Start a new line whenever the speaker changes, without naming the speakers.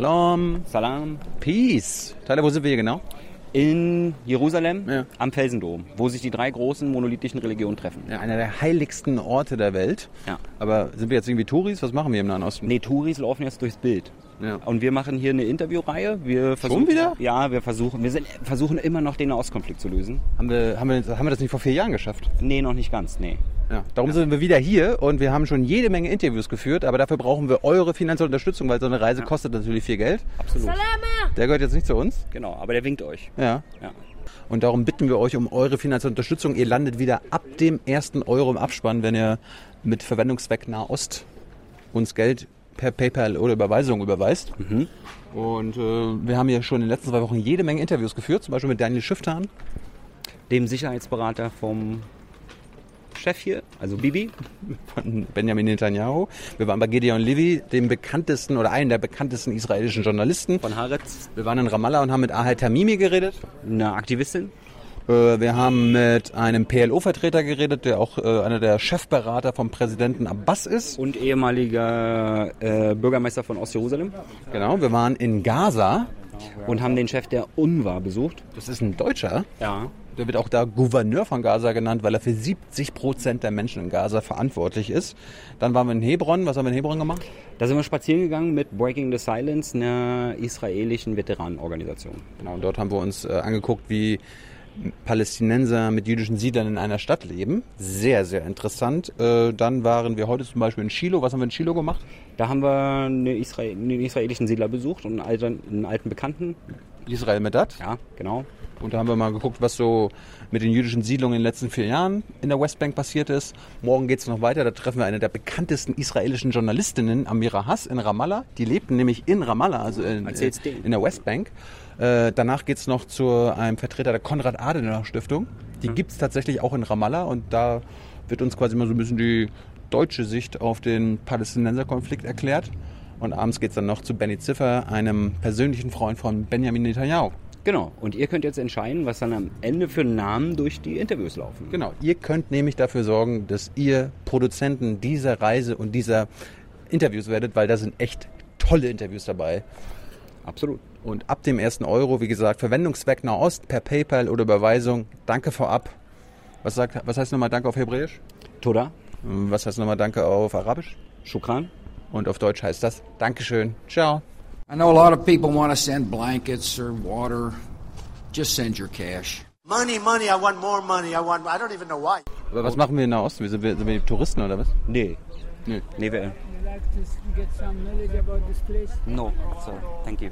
Shalom,
Salam.
Peace. Tyler, wo sind wir hier genau?
In Jerusalem
Ja.
am Felsendom, wo sich die drei großen monolithischen Religionen treffen.
Ja, einer der heiligsten Orte der Welt.
Ja.
Aber sind wir jetzt irgendwie Touris? Was machen wir im Nahen Osten?
Nee, Touris laufen jetzt durchs Bild.
Ja.
Und wir machen hier eine Interviewreihe. Wir versuchen,
wieder?
Ja, wir versuchen, wir sind, versuchen immer noch den Nahostkonflikt zu lösen.
Haben wir, haben, wir, haben wir das nicht vor vier Jahren geschafft?
Nee, noch nicht ganz, nee.
Ja. Darum sind wir wieder hier und wir haben schon jede Menge Interviews geführt, aber dafür brauchen wir eure finanzielle Unterstützung, weil so eine Reise kostet natürlich viel Geld.
Absolut.
Der gehört jetzt nicht zu uns.
Genau, aber der winkt euch.
Ja.
Ja.
Und darum bitten wir euch um eure finanzielle Unterstützung. Ihr landet wieder ab dem ersten Euro im Abspann, wenn ihr mit Verwendungszweck Nahost uns Geld per PayPal oder Überweisung überweist. Und äh, wir haben ja schon in den letzten zwei Wochen jede Menge Interviews geführt, zum Beispiel mit Daniel Schifftan.
Dem Sicherheitsberater vom Chef hier, also Bibi.
von Benjamin Netanyahu. Wir waren bei Gideon Levy, dem bekanntesten oder einen der bekanntesten israelischen Journalisten.
Von Haaretz,
Wir waren in Ramallah und haben mit Ahed Tamimi geredet.
eine Aktivistin.
Äh, Wir haben mit einem PLO-Vertreter geredet, der auch äh, einer der Chefberater vom Präsidenten Abbas ist.
Und ehemaliger äh, Bürgermeister von Ostjerusalem.
Genau, wir waren in Gaza.
Und haben den Chef der UNRWA besucht.
Das ist ein Deutscher.
Ja.
Der wird auch da Gouverneur von Gaza genannt, weil er für 70 Prozent der Menschen in Gaza verantwortlich ist. Dann waren wir in Hebron. Was haben wir in Hebron gemacht?
Da sind wir spazieren gegangen mit Breaking the Silence, einer israelischen Veteranenorganisation.
Genau, und dort haben wir uns äh, angeguckt, wie Palästinenser mit jüdischen Siedlern in einer Stadt leben. Sehr, sehr interessant. Äh, dann waren wir heute zum Beispiel in Shiloh. Was haben wir in Shiloh gemacht?
Da haben wir eine Isra einen israelischen Siedler besucht und einen alten, einen alten Bekannten.
Israel Medat.
Ja, genau.
Und da haben wir mal geguckt, was so mit den jüdischen Siedlungen in den letzten vier Jahren in der Westbank passiert ist. Morgen geht's noch weiter. Da treffen wir eine der bekanntesten israelischen Journalistinnen, Amira Hass, in Ramallah. Die lebten nämlich in Ramallah, also in,
Erzähl's denen.
in der Westbank. Äh, danach geht's noch zu einem Vertreter der Konrad-Adenauer-Stiftung. Die gibt's tatsächlich auch in Ramallah. Und da wird uns quasi mal so ein bisschen die deutsche Sicht auf den Palästinenserkonflikt erklärt. Und abends geht's dann noch zu Benny Ziffer, einem persönlichen Freund von Benjamin Netanyahu.
Genau. Und ihr könnt jetzt entscheiden, was dann am Ende für Namen durch die Interviews laufen.
Genau, ihr könnt nämlich dafür sorgen, dass ihr Produzenten dieser Reise und dieser Interviews werdet, weil da sind echt tolle Interviews dabei.
Absolut.
Und ab dem ersten Euro, wie gesagt, Verwendungszweck Nahost per PayPal oder Überweisung. Danke vorab. Was, sagt, was heißt nochmal Danke auf Hebräisch?
Toda,
Ähm, Was heißt nochmal Danke auf Arabisch?
Shukran.
Und auf Deutsch heißt das Dankeschön. Ciao.
I know a lot of people want to send blankets or water. Just send your cash.
Money, money, I want more money. I want I don't even know why.
Aber was machen wir in Nahost? Wir sind, wir, sind wir die Touristen oder was?
Nee.
Nee.
Nee, wer?
like to s- get some knowledge about this place?
No. So, thank you.